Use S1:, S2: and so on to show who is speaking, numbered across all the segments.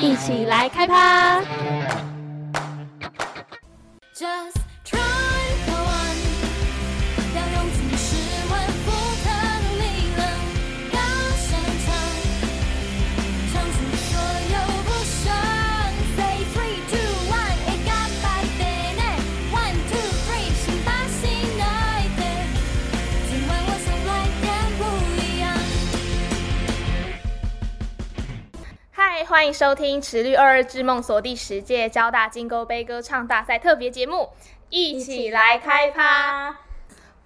S1: 一起来开趴！
S2: Just try for one，要用尽十万伏特的力量，大声唱，唱出所有不舍。Say three two one，一干百点呢，one two three，新把心来的，今晚我想来点不一样。
S3: 嗨，欢迎收听《池绿二二之梦所》第十届交大金钩杯歌唱大赛特别节目，一起来开趴。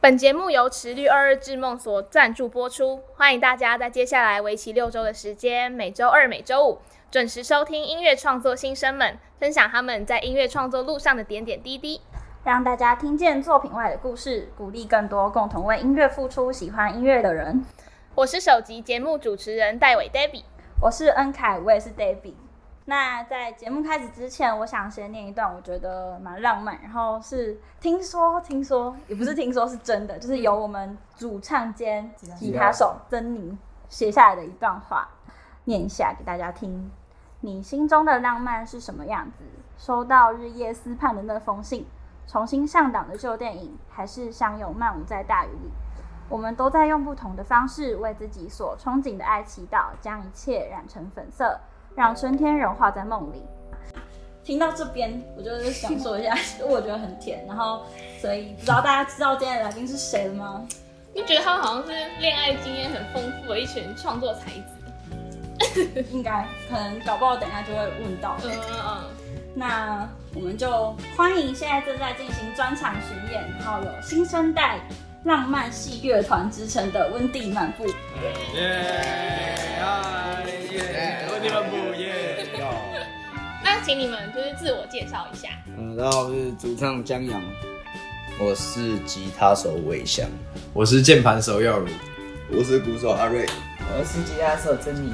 S3: 本节目由池绿二二之梦所赞助播出，欢迎大家在接下来为期六周的时间，每周二、每周五准时收听音乐创作新生们分享他们在音乐创作路上的点点滴滴。
S4: 让大家听见作品外的故事，鼓励更多共同为音乐付出、喜欢音乐的人。
S3: 我是首集节目主持人戴伟 Debbie。
S4: 我是恩凯，我也是 Debbie。那在节目开始之前，我想先念一段我觉得蛮浪漫，然后是听说听说也不是听说是真的，就是由我们主唱兼吉他手珍妮写下来的一段话，念一下给大家听。你心中的浪漫是什么样子？收到日夜思盼的那封信，重新上档的旧电影，还是相拥漫舞在大雨里？我们都在用不同的方式为自己所憧憬的爱祈祷，将一切染成粉色，让春天融化在梦里。听到这边，我就是想说一下， 我觉得很甜。然后，所以不知道大家知道今天的来宾是谁了吗？
S3: 你觉得他们好像是恋爱经验很丰富的一群创作才子。
S4: 应该可能搞不好等一下就会问到。
S3: 嗯嗯。
S4: 那我们就欢迎现在正在进行专场巡演，然后有新生代浪漫系乐团之称的温蒂满布。
S5: 耶！嗨耶！我你们不耶？
S3: 那请你们就是自我介绍一下。
S6: 嗯，大家好，我是主唱江阳。
S7: 我是吉他手韦翔，
S5: 我是键盘手耀如，
S6: 我是鼓手阿瑞。
S7: 我是吉他手珍妮。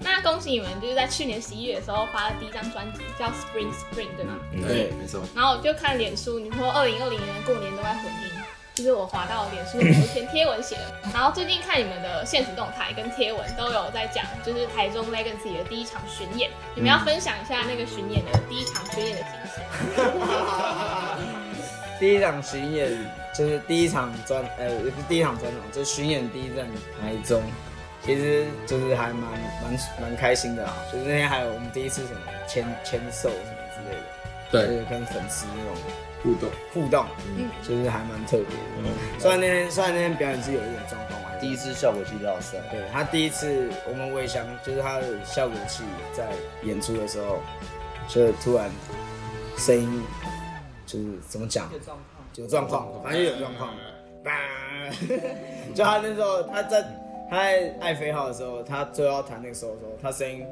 S3: 那恭喜你们，就是在去年十一月的时候发了第一张专辑，叫《Spring Spring》，对吗？
S1: 嗯
S6: 对，
S5: 没错，
S3: 然后我就看脸书，你说二零二零年过年都在混音，就是我滑到脸书有一篇贴文写的。然后最近看你们的现实动态跟贴文都有在讲，就是台中 Legacy 的第一场巡演，你们要分享一下那个巡演的第一场巡演的心情。
S7: 第一场巡演就是第一场专，呃，也不是第一场专场，就巡演第一站台中，其实就是还蛮蛮蛮开心的啊。就是那天还有我们第一次什么签签售什么之类的，就
S5: 对，
S7: 是跟粉丝那种
S6: 互动。
S7: 互动，嗯，就是还蛮特别的。虽然那天虽然那天表演是有一点状况，我还
S8: 第一次效果去绕赛，
S7: 对他第一次，我们魏翔就是他的效果器在演出的时候，就突然声音就是怎么讲，有状况，反正有状况， 就他那时候他在他在爱飞号的时候，他最后要弹那个时候的时候，他声音，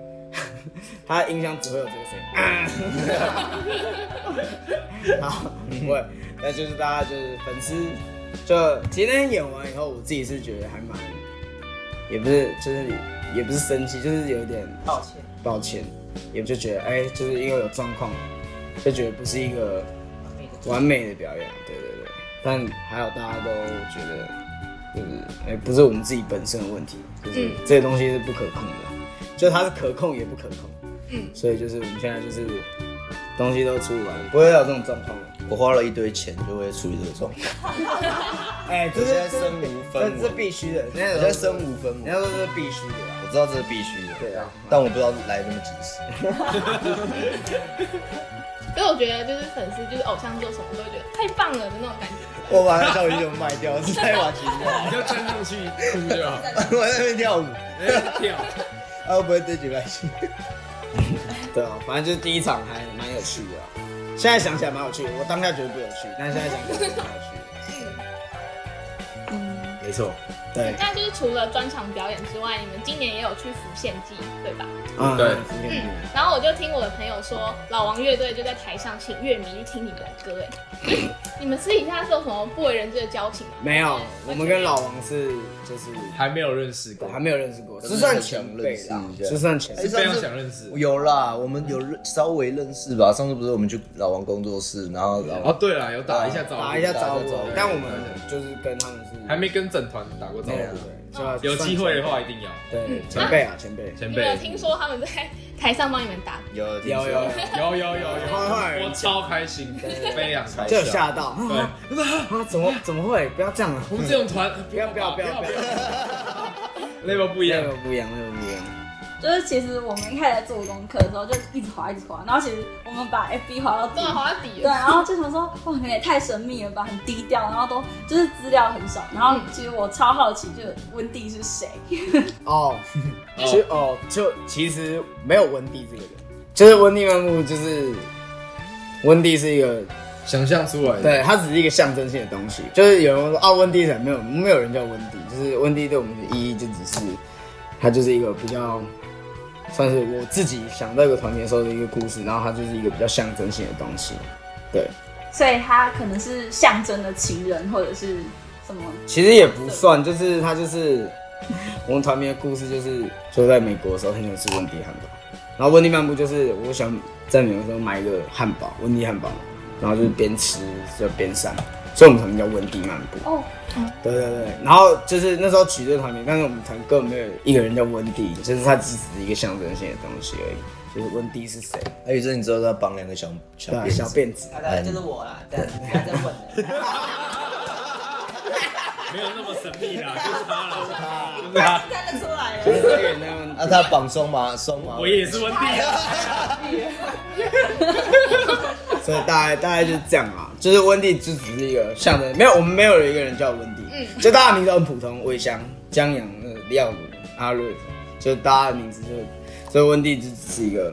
S7: 他的音箱只会有这个声音。 好，我那就是大家就是粉丝，就其实那天演完以后，我自己是觉得还蛮，也不是就是也不是生气，就是有点抱歉，抱歉，也就觉得哎、就是因为有状况，就觉得不是一个完美的表演，对对对，但还有大家都觉得就是哎、不是我们自己本身的问题，就是这个东西是不可控的，就它是可控也不可控，嗯，所以就是我们现在就是东西都出不来，不会有这种状况。
S8: 我花了一堆钱就会处理这个状况。
S7: 哎，这
S8: 我
S7: 是
S8: 现在身无分文
S7: 这这必须的。那
S8: 我
S7: 时
S8: 现
S7: 候
S8: 在身无分
S7: 人家
S8: 文，
S7: 说这是必须的啦。
S8: 我知道这是必须的，
S7: 对啊
S8: 但我不知道来那么及时。
S3: 所以我觉得就是粉丝就是偶像做什么都会觉得太棒了的那种感觉。
S8: 我把那效果器就卖掉，是太把琴
S5: 你
S8: 掉，
S5: 就站上去哭就好，
S8: 我在那边跳舞，
S5: 哎跳，
S7: 哦
S8: 啊，不会对节拍器。
S7: 对啊，反正就是第一场还蛮有趣的啊。现在想起来蛮有趣的，我当下觉得不有趣，但现在想起来蛮有趣的。
S5: 没错，
S7: 对，
S3: 那就是除了专场表演之外，你们今年也有去浮现季，对吧？
S7: 嗯
S5: 对
S7: 今天不一样
S3: 然后我就听我的朋友说，老王乐队就在台上请乐迷去听你们的歌，哎， 你们私底下是有什么不为人知的交情吗？
S7: 没有，我们跟老王是就是
S5: 还没有认识过
S7: 对，还没有认识过，
S8: 是
S7: 是算前辈啦
S8: 认，识一下
S7: 是算前辈
S8: 哎。
S5: 是非常想认识。
S8: 有啦，我们有认稍微认识吧。上次不是我们去老王工作室，然后老
S1: 嗯
S5: 哦，
S8: 王
S5: 对了，有打一下招呼，
S7: 打一下招
S8: 打一下招
S7: 呼
S8: 呼，
S7: 但我们就是跟他们是
S5: 还没跟整团打过招
S7: 对啊
S5: 呼。
S7: 对就
S1: 哦有机会的话一定要。
S7: 对前辈啊前辈，
S1: 前
S3: 你
S1: 辈
S3: 们有听说他们在台上帮你们 打
S8: 有听
S7: 有
S8: 说
S7: 有有
S1: 有有有有，
S7: 坏坏人
S1: 我超开心，非常开
S7: 就
S1: 心。
S7: 有吓到，
S1: 对
S7: 啊，啊怎么怎么会？不要这样啊！
S1: 我们这种团
S7: 不要不要不要不要，
S1: ，level 不一样
S7: 那。个不一样，那个不一样。
S4: 就是其实我们一开始在做功课的时候就一直滑一直滑，然后其实我们把 FB 滑到底
S3: 对，啊好像底
S4: 对，
S3: 了。
S4: 然后就想说，哇，可能也太神秘了吧，很低调，然后都就是资料很少，然
S3: 嗯
S4: 后其实我超好奇，就是温蒂是谁？
S7: 哦，其实哦，就其实没有温蒂这个人，就是温蒂漫步，就是温蒂是一个，
S8: 想象出来的，
S7: 对，它只是一个象征性的东西。就是有人说啊，温蒂人没有没有人叫温蒂，就是温蒂对我们的意义就只是，它就是一个比较。算是我自己想到一个团体的时候的一个故事，然后它就是一个比较象征性的东西。对，
S4: 所以他可能是象征的情人，或者是什么？
S7: 其实也不算，就是他就是我们团名的故事，就是就在美国的时候很喜欢吃温蒂汉堡，然后温蒂漫步就是我想在美国的时候买一个汉堡，温蒂汉堡，然后就是边吃就边上，所以我们团名叫温蒂漫步。
S4: 哦，
S7: 对对对，然后就是那时候取这个团名，但是我们团根本没有一个人叫温蒂，就是它只是一个象征性的东西而已，就是温蒂是谁？
S8: 哎，宇正，你知道他绑两个小小
S7: 对啊，
S8: 辫
S7: 小
S8: 子，
S7: 辫子。
S9: 大概就是我啦，但不要再问了。
S1: 没有那么神秘啦，就是他啦，就是
S9: 他
S1: 他。
S9: 看得出来
S7: 就是
S9: 了，
S7: 这个人在问
S8: 啊，他绑双马双马尾，
S1: 我也是温蒂啊，
S7: 所以大概大概就是这样啊，就是温蒂就只是一个象征，没有我们没有一个人叫温蒂，就大家名字都很普通，魏香、江阳、那个廖鲁、阿瑞，就大家的名字就，所以温蒂就只是一个，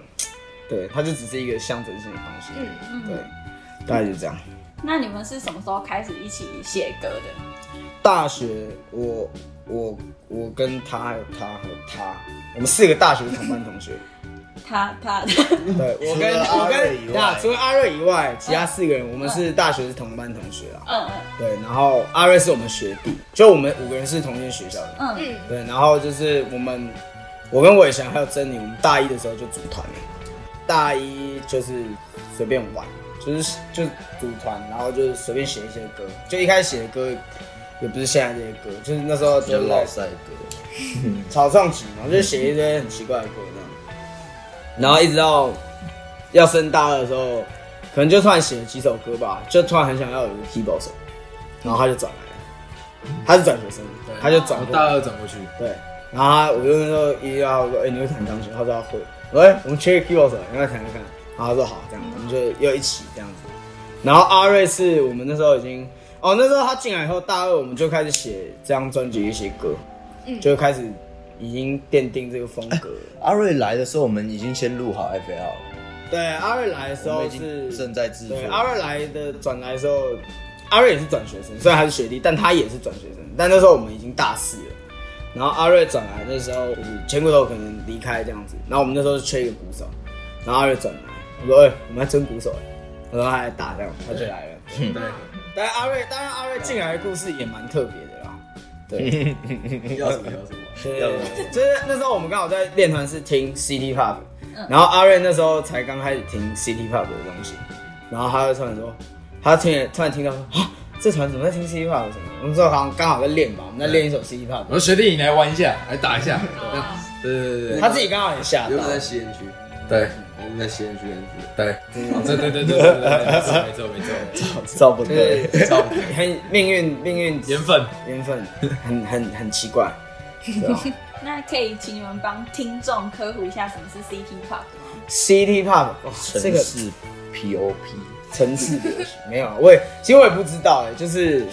S7: 对，它就只是一个象征性的东西，对，大概就这样。
S4: 那你们是什么时候开始一起写歌的？
S7: 大学我我我跟他还有他还有他，我们四个大学同班同学，
S4: 他 他
S7: 对我
S8: 除
S7: 跟
S8: 了
S7: 我
S8: 阿瑞以
S7: 跟
S8: 外
S7: 那除了阿瑞以外，其他四个人我们是大学是同班同学啊。
S4: 嗯
S7: 对，然后阿瑞是我们学弟，就我们五个人是同一间学校的。
S4: 嗯嗯，
S7: 对，然后就是我们，我跟伟翔还有珍妮，我们大一的时候就组团了。大一就是随便玩，就是就组团，然后就是随便写一些歌。就一开始写的歌，也不是现在这些歌，就是那时候就
S8: 叫老
S7: 在
S8: 帅哥，
S7: 草创期嘛，就是写一堆很奇怪的歌这样。然后一直到要升大二的时候，可能就突然写了几首歌吧，就突然很想要有一个 keyboard 手，然后他就转来了，他是转学生，他就转
S1: 我
S7: 过
S1: 大
S7: 来
S1: 二转过去，
S7: 对，然后他我就那时候一要说，哎、你会弹钢琴？他说他会。我说，哎、我们缺个 keyboard 手，你要弹弹看。然后他说好，这样我们就又一起这样子。然后阿瑞是我们那时候已经，哦，那时候他进来以后，大二我们就开始写这张专辑的一些歌，
S8: 嗯
S7: 就开始已经奠定这个风格了。
S8: 阿瑞来的时候，我们已经先录好 FL，
S7: 对，阿瑞来的时
S8: 我
S7: 候
S8: 们已经
S7: 是
S8: 正在制作
S7: 对，，阿瑞来的转来的时候，阿瑞也是转学生，虽然他是学弟，但他也是转学生。但那时候我们已经大四了，然后阿瑞转来的时候，就是前骨头可能离开这样子，然后我们那时候就缺一个鼓手，然后阿瑞转来，我说：“哎、我们要争鼓手。”我说：“他来打这样，他就来了。”
S1: 对，
S7: 但阿瑞，当然阿瑞进来的故事也蛮特别的啦。对，
S8: 要什么要什么，
S7: 对，就是那时候我们刚好在练团是听 City Pop，然后阿瑞那时候才刚开始听 City Pop 的东西，然后他就突然说，他突然突然听到说，啊，这团怎么在听 City Pop 什么？我们说好像刚好在练吧，我们在练一首 City Pop，
S1: 我说学弟你来玩一下，来打一下，这样对对对
S7: 他自己刚好也吓到
S9: 原。本在吸烟区，
S1: 对
S9: 我们在吸烟区认识。
S1: 对对对对对对对对，没错没错没错，
S7: 找不对，找不对，很命运命运
S1: 缘分。
S7: 缘分，很很很奇怪，对吧
S4: 那可以请你们帮听众科普一下什么是 CT Pop 吗？
S7: ？City Pop，哇这
S8: 城
S7: 个
S8: 市 POP，
S7: 城市流行，没有，我也其实我也不知道哎，就是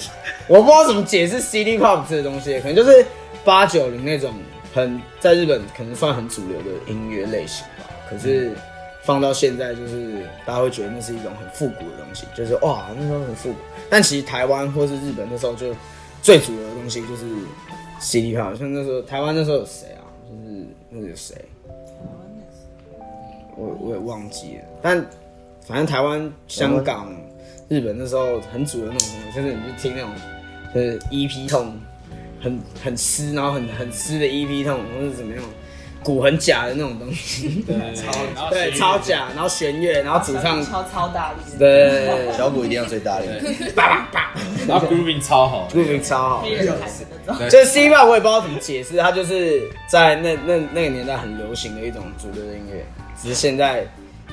S7: 我不知道怎么解释 CD pop 这个东西，可能就是八九零那种很在日本可能算很主流的音乐类型吧。可是放到现在，就是大家会觉得那是一种很复古的东西，就是哇那时候很复古。但其实台湾或是日本那时候就最主流的东西就是 CD pop，像那时候台湾那时候有谁啊？就是那个有谁？我我也忘记了，但反正台湾、香港、日本那时候很主流那种东西，就是你去听那种就是 EP 痛，很很湿，然后很很湿的 EP 痛，或是怎么样，鼓很假的那种东西，
S1: 超
S7: 对，超假，然后弦乐，然后主唱，
S9: 超超大力，
S7: 对对对
S8: 小鼓一定要最大力，
S7: 对，叭叭叭，
S1: 然后 grooving 超好，
S7: 录音超好，
S9: 人开始的种。
S7: 就是 C 吧，我也不知道怎么解释，它就是在那那那个年代很流行的一种主流的音乐，只是现在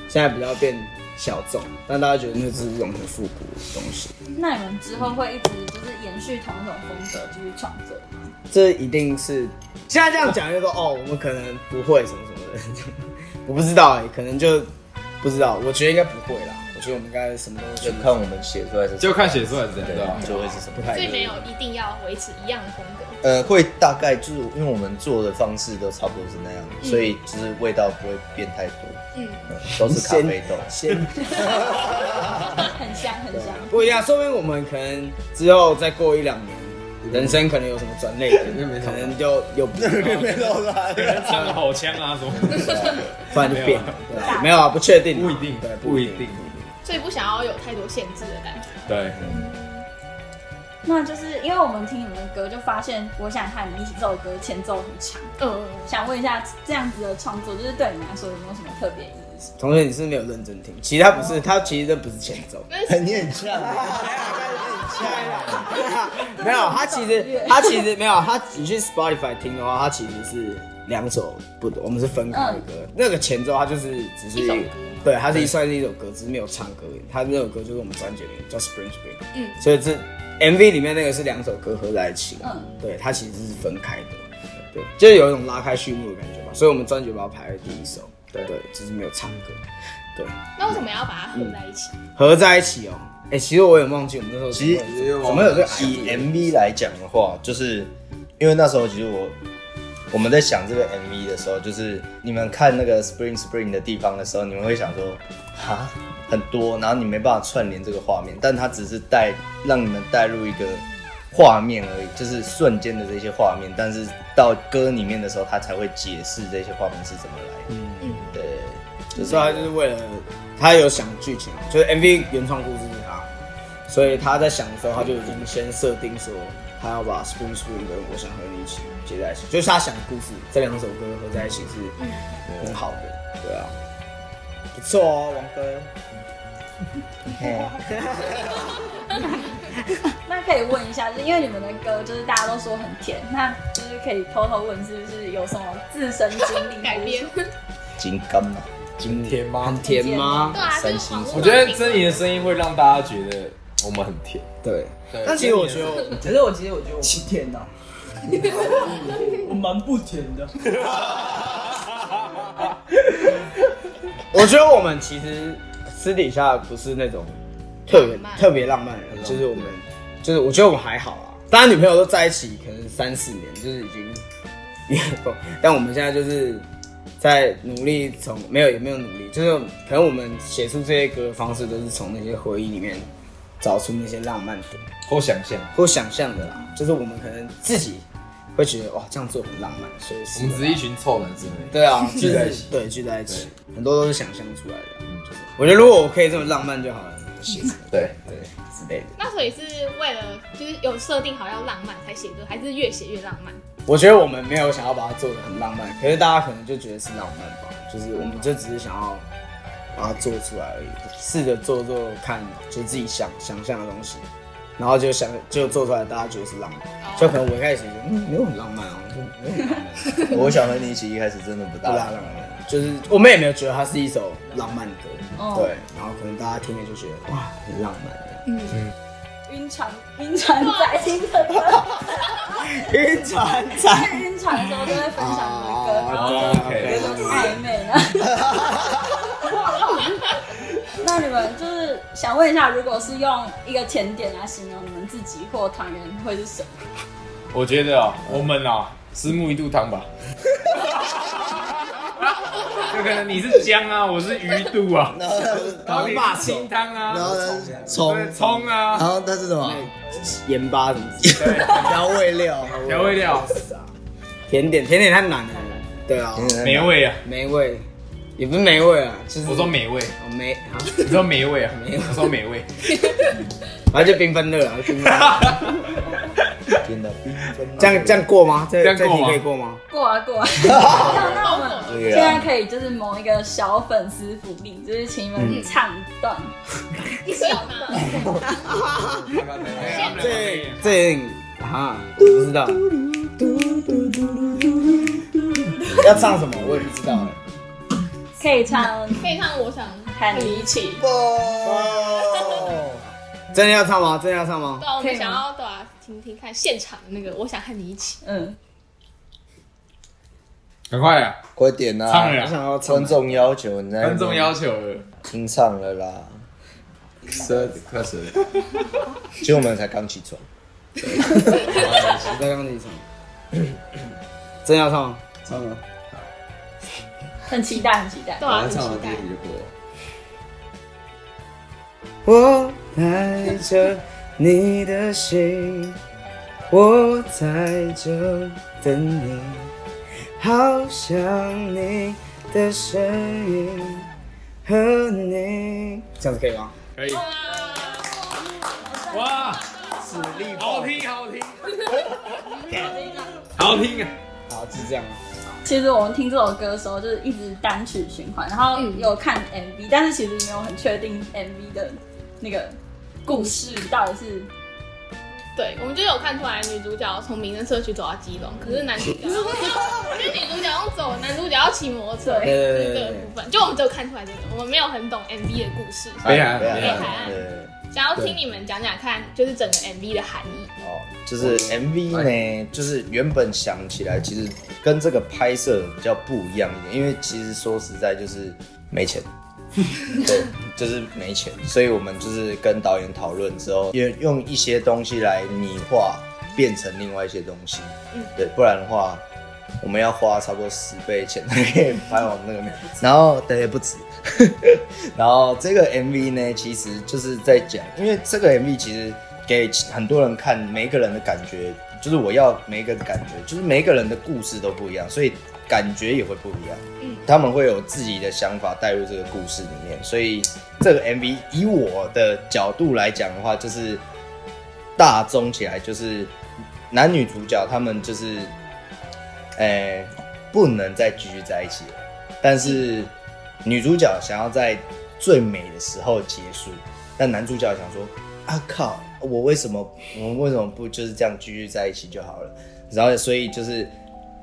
S7: 现在比较变小众，但大家觉得那是一种很复古的东西。
S4: 那你们之后会一直就是延续同一种风格继续创作吗？
S7: 这一定是现在这样讲，就说哦，我们可能不会什么什么的， 我不知道哎、可能就不知道，我觉得应该不会啦，我觉得我们应该什么都
S8: 就
S7: 去
S8: 看我们写出来是
S1: 就看写出来是怎样，
S8: 对
S1: 对吧？
S8: 就会是什么。
S7: 不太
S3: 所以
S7: 一
S3: 没
S7: 样
S3: 有一定要维持一样的风格。
S8: 呃，会大概就是因为我们做的方式都差不多是那样，所以就是味道不会变太多，
S3: 嗯，
S8: 嗯都是咖啡豆。
S7: 先
S4: 很香很香，
S7: 不一样，说明我们可能之后再过一两年。人生可能有什么转捩点，可能就有 不
S5: 唱个吼腔啊什么，
S7: 突然就变了，对吧没有啊，不确定，
S1: 不一定
S7: 对，，
S1: 不一定，
S3: 所以不想要有太多限制的感觉。
S1: 对，
S4: 那就是因为我们听你们的歌，就发现我想和你一起这首歌前奏很长，
S3: 嗯，
S4: 想问一下这样子的创作，就是对你们来说有没有什么特别意义？
S7: 同学，你是没有认真听，其实他不是，他其实这不是前 奏，
S8: 你很像，
S7: 没有，他其实他其实没有，他你去 Spotify 听的话，他其实是两首不，我们是分开的歌，那个前奏它就是只是
S3: 嗯一首歌
S7: 对，它是算是一首歌，只是没有唱歌而已，它那首歌就是我们专辑里面叫 Spring Spring，
S3: 嗯
S7: 所以这 MV 里面那个是两首歌合在一起，
S4: 嗯
S7: 对，它其实是分开的，对，就是有一种拉开序幕的感觉吧，所以我们专辑把它排在第一首，对对，只是没有唱歌，对，
S3: 那为什么要把它合在一起？
S10: 嗯
S7: 合在一起哦，哎、其实我也忘记我们那时候
S8: 其实
S7: 怎么有
S8: 我们有个以 MV 来讲的话，就是因为那时候其实我我们在想这个 MV 的时候，就是你们看那个 Spring Spring 的地方的时候，你们会想说，哈，很多，然后你没办法串联这个画面，但它只是带让你们带入一个画面而已，就是瞬间的这些画面，但是到歌里面的时候，它才会解释这些画面是怎么来的。嗯，对，
S7: 就知道他就是为了他有想剧情，就是 MV 原创故事是他，所以他在想的时候，他就已经先设定说他要把 Spring Spring 跟我想和你一起接在一起，就是他想的故事，这两首歌合在一起是很好的，对啊，不错哦，王哥，
S4: 那可以问一下，就是因为你们的歌就是大家都说很甜，那就是可以偷偷问，是不是有什么自身经历
S3: 改编？对
S8: 金刚啊嘛，
S1: 今天吗？
S7: 很甜吗？
S3: 啊，就
S8: 三
S3: 是
S8: 星
S3: 网络。
S1: 我觉得珍妮的声音会让大家觉得我们很甜，
S7: 对，
S1: 对
S7: 但其实我觉得我
S9: 可是我其实我觉得我不甜的，我蛮不甜的。
S7: 我觉得我们其实私底下不是那种特别
S3: 浪漫
S7: 特别浪漫的人，就是我们就是我觉得我们还好啊。当然女朋友都在一起可能三四年，就是已经也够，但我们现在就是在努力从没有也没有努力，就是可能我们写出这些歌的方式都是从那些回忆里面找出那些浪漫点
S1: 我想象，
S7: 或想象的啦，就是我们可能自己会觉得哇哦这样做很浪漫，所以
S1: 我
S7: 是
S1: 们只是一群臭男生而已。
S7: 对啊，
S1: 聚在一起
S7: 就是对，聚在一起，很多都是想象出来的啊。就是我觉得如果我可以这么浪漫就好了，写之
S8: 对。
S7: 类的。
S3: 那所以是为了就是有设定好要浪漫才写歌，还是越写越浪漫？
S7: 我觉得我们没有想要把它做的很浪漫，可是大家可能就觉得是浪漫吧，就是我们就只是想要把它做出来而已，试着做做看，就自己想想象的东西，然后就想就做出来，大家觉得是浪漫，就可能我一开始觉得嗯没有很浪漫啊，就没有很浪漫。
S8: 我想和你一起，一开始真的不大
S7: 不大浪漫，就是我们也没有觉得它是一首浪漫歌，
S4: 哦
S7: 对，然后可能大家听了就觉得哇很浪漫 这样。
S4: 晕船晕船仔听的歌，
S7: 晕船仔。
S4: 晕船的时候就会分享你们的歌，然后
S7: 哦，OK
S4: 都是暧昧的。 那你们就是想问一下，如果是用一个甜点来形容你们自己或团员会是什么？
S1: 我觉得哦，我们啊，私木一肚 汤吧。
S5: 就可能你是姜啊，我是鱼肚啊，
S8: 然后他
S5: 然后你是清汤
S8: 然
S5: 啊，
S8: 后他葱
S5: 对，葱啊，
S8: 然后他是什么？
S7: 盐巴什么之类的
S8: 调味料，
S5: 调味料，
S7: 甜点，甜点太难了。对啊，
S5: 美味啊，
S7: 梅味，也不是梅味啊，就是
S5: 我说美味，
S7: 哦梅啊，
S5: 你说美味啊，
S7: 美味
S5: 我说美味，
S7: 反正就缤纷乐啊，缤纷乐。
S8: 天哪，缤纷
S7: 这样这样过吗？这
S5: 这样
S7: 这
S5: 过
S7: 题
S5: 吗
S7: 可以过吗？
S4: 过啊过啊！那我们
S8: 对
S4: 现
S8: 啊
S4: 在可以就是谋一个小粉丝福利，就是请你们唱一段。
S3: 一起吗？
S7: 这这有点啊，我不知道。要唱什么我也不知道哎。
S4: 可以唱
S10: 嗯
S3: 可以唱我想
S4: 看你。
S10: 离奇。
S7: 哦，真的要唱吗？真的要唱吗
S10: 对？啊，我
S4: 可
S10: 们
S4: 以吗
S10: 想要对啊，听听看现场的那个，我想和你一起。
S4: 嗯，
S1: 赶快啊，
S8: 快点呐、
S1: 唱了
S5: 啊
S7: 我
S1: 啦，
S7: 想要唱
S8: 观众要求你在那
S1: 观
S8: 边
S1: 众要求了，
S8: 清唱了啦，
S6: 十快十 二点，
S8: 其实我们才刚起床，
S7: 我在钢琴唱。真的要唱吗？
S6: 唱吗？
S4: 很期待，很期待。
S10: 对
S6: 好
S10: 啊，
S6: 像
S10: 很期
S6: 唱完第
S10: 待
S6: 一。题就过了。
S7: 我带着你的心，我在这等你，好想你的声音和你。这样子可以吗？
S1: 可以。哇，好听好听，好听啊！
S7: 好，就是这样。
S4: 其实我们听这首歌的时候，就是一直单曲循环，然后
S10: 嗯
S4: 有看 MV，、但是其实没有很确定 MV 的那个故事到底是
S10: 对，我们就有看出来女主角从民生社区走到基隆，可是男主 角，我觉得女主角用走，男主角要骑摩托车，
S4: 对
S7: 对
S10: 是
S7: 对
S10: 这
S7: 对
S10: 个部分。就我们只有看出来这个，我们没有很懂 MV 的故事，
S1: 北海
S7: 啊
S1: 岸
S8: 对啊
S1: 北
S10: 海岸
S8: 对，
S10: 想要听你们讲讲看，就是整个 MV 的含义。
S8: 哦，就是 MV 呢，就是原本想起来，其实跟这个拍摄比较不一样一点，因为其实说实在就是没钱，对，就是没钱，所以我们就是跟导演讨论之后，也用一些东西来拟化，变成另外一些东西，嗯，对，不然的话。我们要花差不多十倍钱才可以拍完那个面，然后对不止， 然后这个 MV 呢，其实就是在讲，因为这个 MV 其实给很多人看，每一个人的感觉，就是我要每一个感觉，就是每一个人的故事都不一样，所以感觉也会不一样。嗯，他们会有自己的想法带入这个故事里面，所以这个 MV 以我的角度来讲的话，就是大宗起来，就是男女主角他们就是，诶、不能再继续在一起了。但是女主角想要在最美的时候结束，但男主角想说：“啊靠，我为什么我们为什么不就是这样继续在一起就好了？”然后所以就是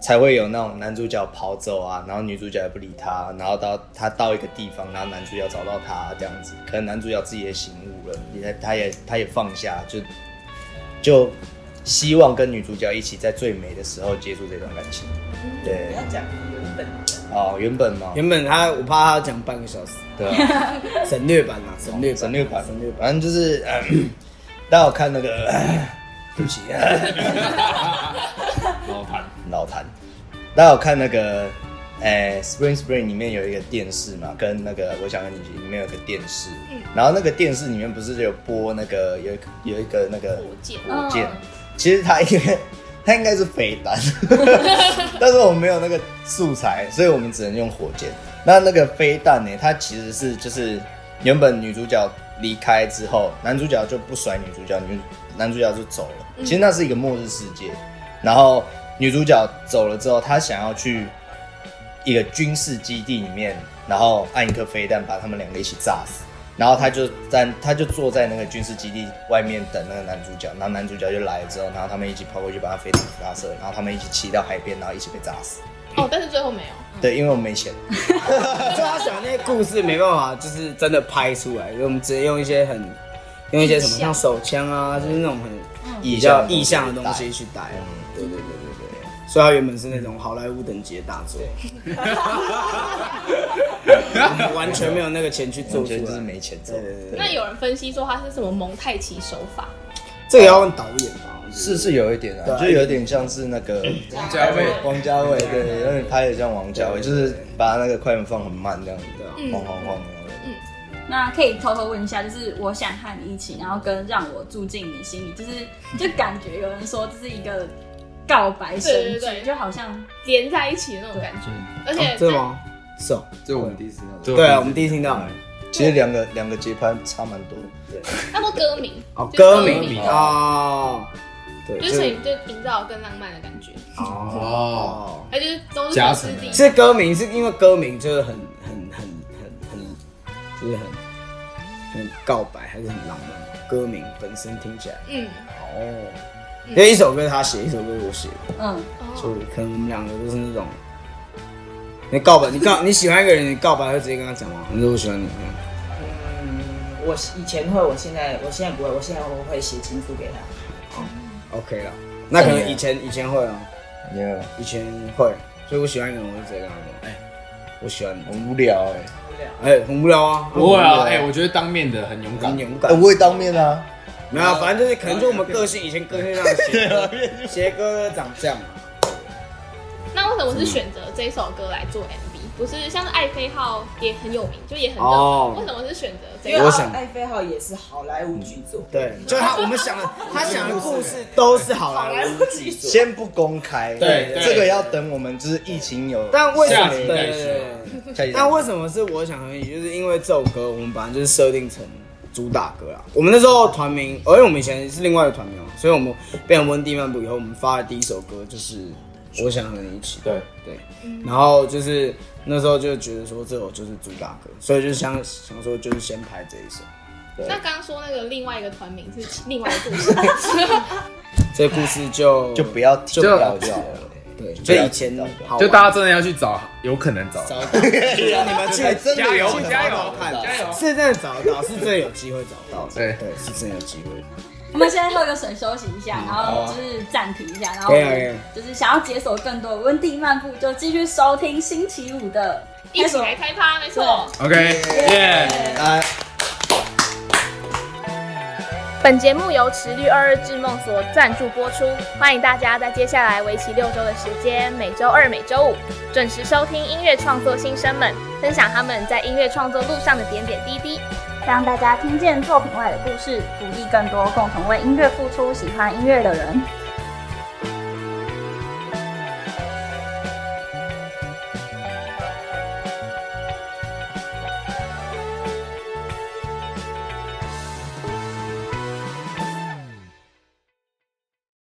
S8: 才会有那种男主角跑走啊，然后女主角也不理他，然后到他到一个地方，然后男主角找到他这样子，可能男主角自己也醒悟了，也他也他也放下，就就希望跟女主角一起在最美的时候结束这段感情。对，
S5: 嗯讲原本
S8: 哦，原本嘛，
S7: 原本他我怕他讲半个小时，
S8: 对啊。
S7: 省略版啊，省略版
S8: 省略版，
S7: 省略版。
S8: 反正就是，嗯 大家有看那个， 对不起，
S1: 老谭，
S8: 老谭，大家有看那个，哎、s p r i n g Spring 里面有一个电视嘛，跟那个我想跟你一起里面有个电视，然后那个电视里面不是有播那个有一个有一个那个
S10: 火箭
S8: 火箭，其实它应该 它应该是飞弹，但是我们没有那个素材，所以我们只能用火箭。那那个飞弹呢？它其实是就是原本女主角离开之后，男主角就不甩女主角，女男主角就走了。其实那是一个末日世界。然后女主角走了之后，她想要去一个军事基地里面，然后按一颗飞弹把他们两个一起炸死。然后他就在，他就坐在那个军事基地外面等那个男主角，然后男主角就来了之后，然后他们一起跑过去把他飞弹发射，然后他们一起骑到海边，然后一起被炸死。
S10: 哦，但是最后没有。
S8: 对，因为我没钱。
S7: 就他想那些故事没办法，就是真的拍出来，所以我们直接用一些很用一些什么像手枪啊，就是那种很比较意象的东西去带啊。
S8: 嗯
S7: 对对对对对，所以他原本是那种好莱坞等级的大作，我们完全没有那个钱去做
S8: 我
S7: 出
S8: 觉
S7: 来
S8: 得就是。没钱做
S7: 对。对对对，
S10: 那有人分析说它是什么蒙太奇手法，
S7: 这个要问导演吧。我觉得
S8: 是是有一点
S7: 对
S8: 啊，
S7: 啊
S8: 就有点像是那个
S1: 王家卫，
S8: 王家卫，对，有点拍的像王家卫，就是把那个快门放很慢这样子
S7: 对啊，
S8: 晃晃晃那样子。
S4: 那可以偷偷问一下，就是我想和你一起，然后跟让我住进你心里，就是就感觉有人说这是一个告白神剧，
S10: 对对对
S4: 就好像
S10: 连在一起的那种感觉，而且
S7: 哦真的吗？是哦，
S6: 这我们第一次听到的。
S7: 对啊，我们第一次听到。
S8: 其实两个两个节拍差蛮多，
S10: 它说歌名，
S7: 哦，
S10: 就是
S7: 歌名
S10: 名
S7: 哦，对，
S10: 就是所以就营造更浪漫的感觉，
S7: 哦。
S10: 它就是都是
S1: 加
S10: 各自
S1: 成的
S10: 己
S7: 其实歌名是因为歌名就是很很很很很，就是很很告白，还是很浪漫。歌名本身听起来
S10: 嗯，
S7: 哦，因为一首歌他写，一首歌我写，
S4: 嗯，
S7: 就可能我们两个都是那种，你告白，你告你喜欢一个人，你告白会直接跟他讲吗？你说我喜欢你，
S11: 我以前会，我现在我现在不会，我现在我会写情书给他。
S7: OK 了，那可能以前以前会啊，以前会，所以我喜欢一个人，我就直接跟他说，哎、我喜欢你，很无聊
S8: 欸
S7: 哎、哎、很无聊啊，
S1: 不会
S7: 很无
S1: 啊，
S7: 聊
S1: 哎，我觉得当面的很勇敢，
S7: 很勇敢
S8: 我也当面啊，
S7: 没有啊，反正就是可能就我们个性，以前个性上写歌，写歌长这样嘛，
S10: 那为什么是选择这首歌来做 MV？不是像是艾飞号也很有名，就也很热门，
S7: 哦
S10: 为什么是选择这
S11: 因为
S10: 个？
S7: 我想
S11: 艾菲号也是好莱坞巨作，
S7: 对，就他我们想的，他想的故 事都是好莱坞剧作，
S8: 先不公开，
S7: 对对
S8: 这个要等我们就是疫情有，
S7: 但为什么？对
S8: 对对
S7: 对对
S8: 对对下
S7: 对
S8: 一集
S7: 但为什么是我想和你？就是因为这首歌我们本来就是设定成主打歌啦。我们那时候团名，而且我们以前是另外一个团名嘛，所以我们变成温蒂漫步以后，我们发的第一首歌就是《我想和你一起》。
S1: 对
S7: 对，然后就是那时候就觉得说这首就是主打歌，所以就想想说就是先拍这一首。对
S10: 那，刚刚说那个另外一个团名是另外一个 故事，
S7: 这故事就
S8: 就不要
S7: 就
S1: 就
S7: 不要讲了。对，就以前好玩
S1: 就大家真的要去找，有可能找。
S7: 哎你们去
S8: 还真的
S1: 加油
S8: 有
S1: 加油
S7: 看
S1: 加油
S7: 是真的找得到，是真的有机会找到的。
S1: 对
S7: 对，是真的有机会。
S4: 我们现在喝个水休息一下，然后就是暂停一下，然后
S7: 嗯啊可以啊可以啊
S4: 就是想要解锁更多的温蒂漫步，就继续收听星期五的
S10: 一起来开趴，没错。
S1: OK，耶！
S8: 来，
S3: 本节目由池绿二日智梦所赞助播出，欢迎大家在接下来为期六周的时间，每周二、每周五准时收听音乐创作新生们分享他们在音乐创作路上的点点滴滴。
S4: 让大家听见作品外的故事，鼓励更多共同为音乐付出、喜欢音乐的人。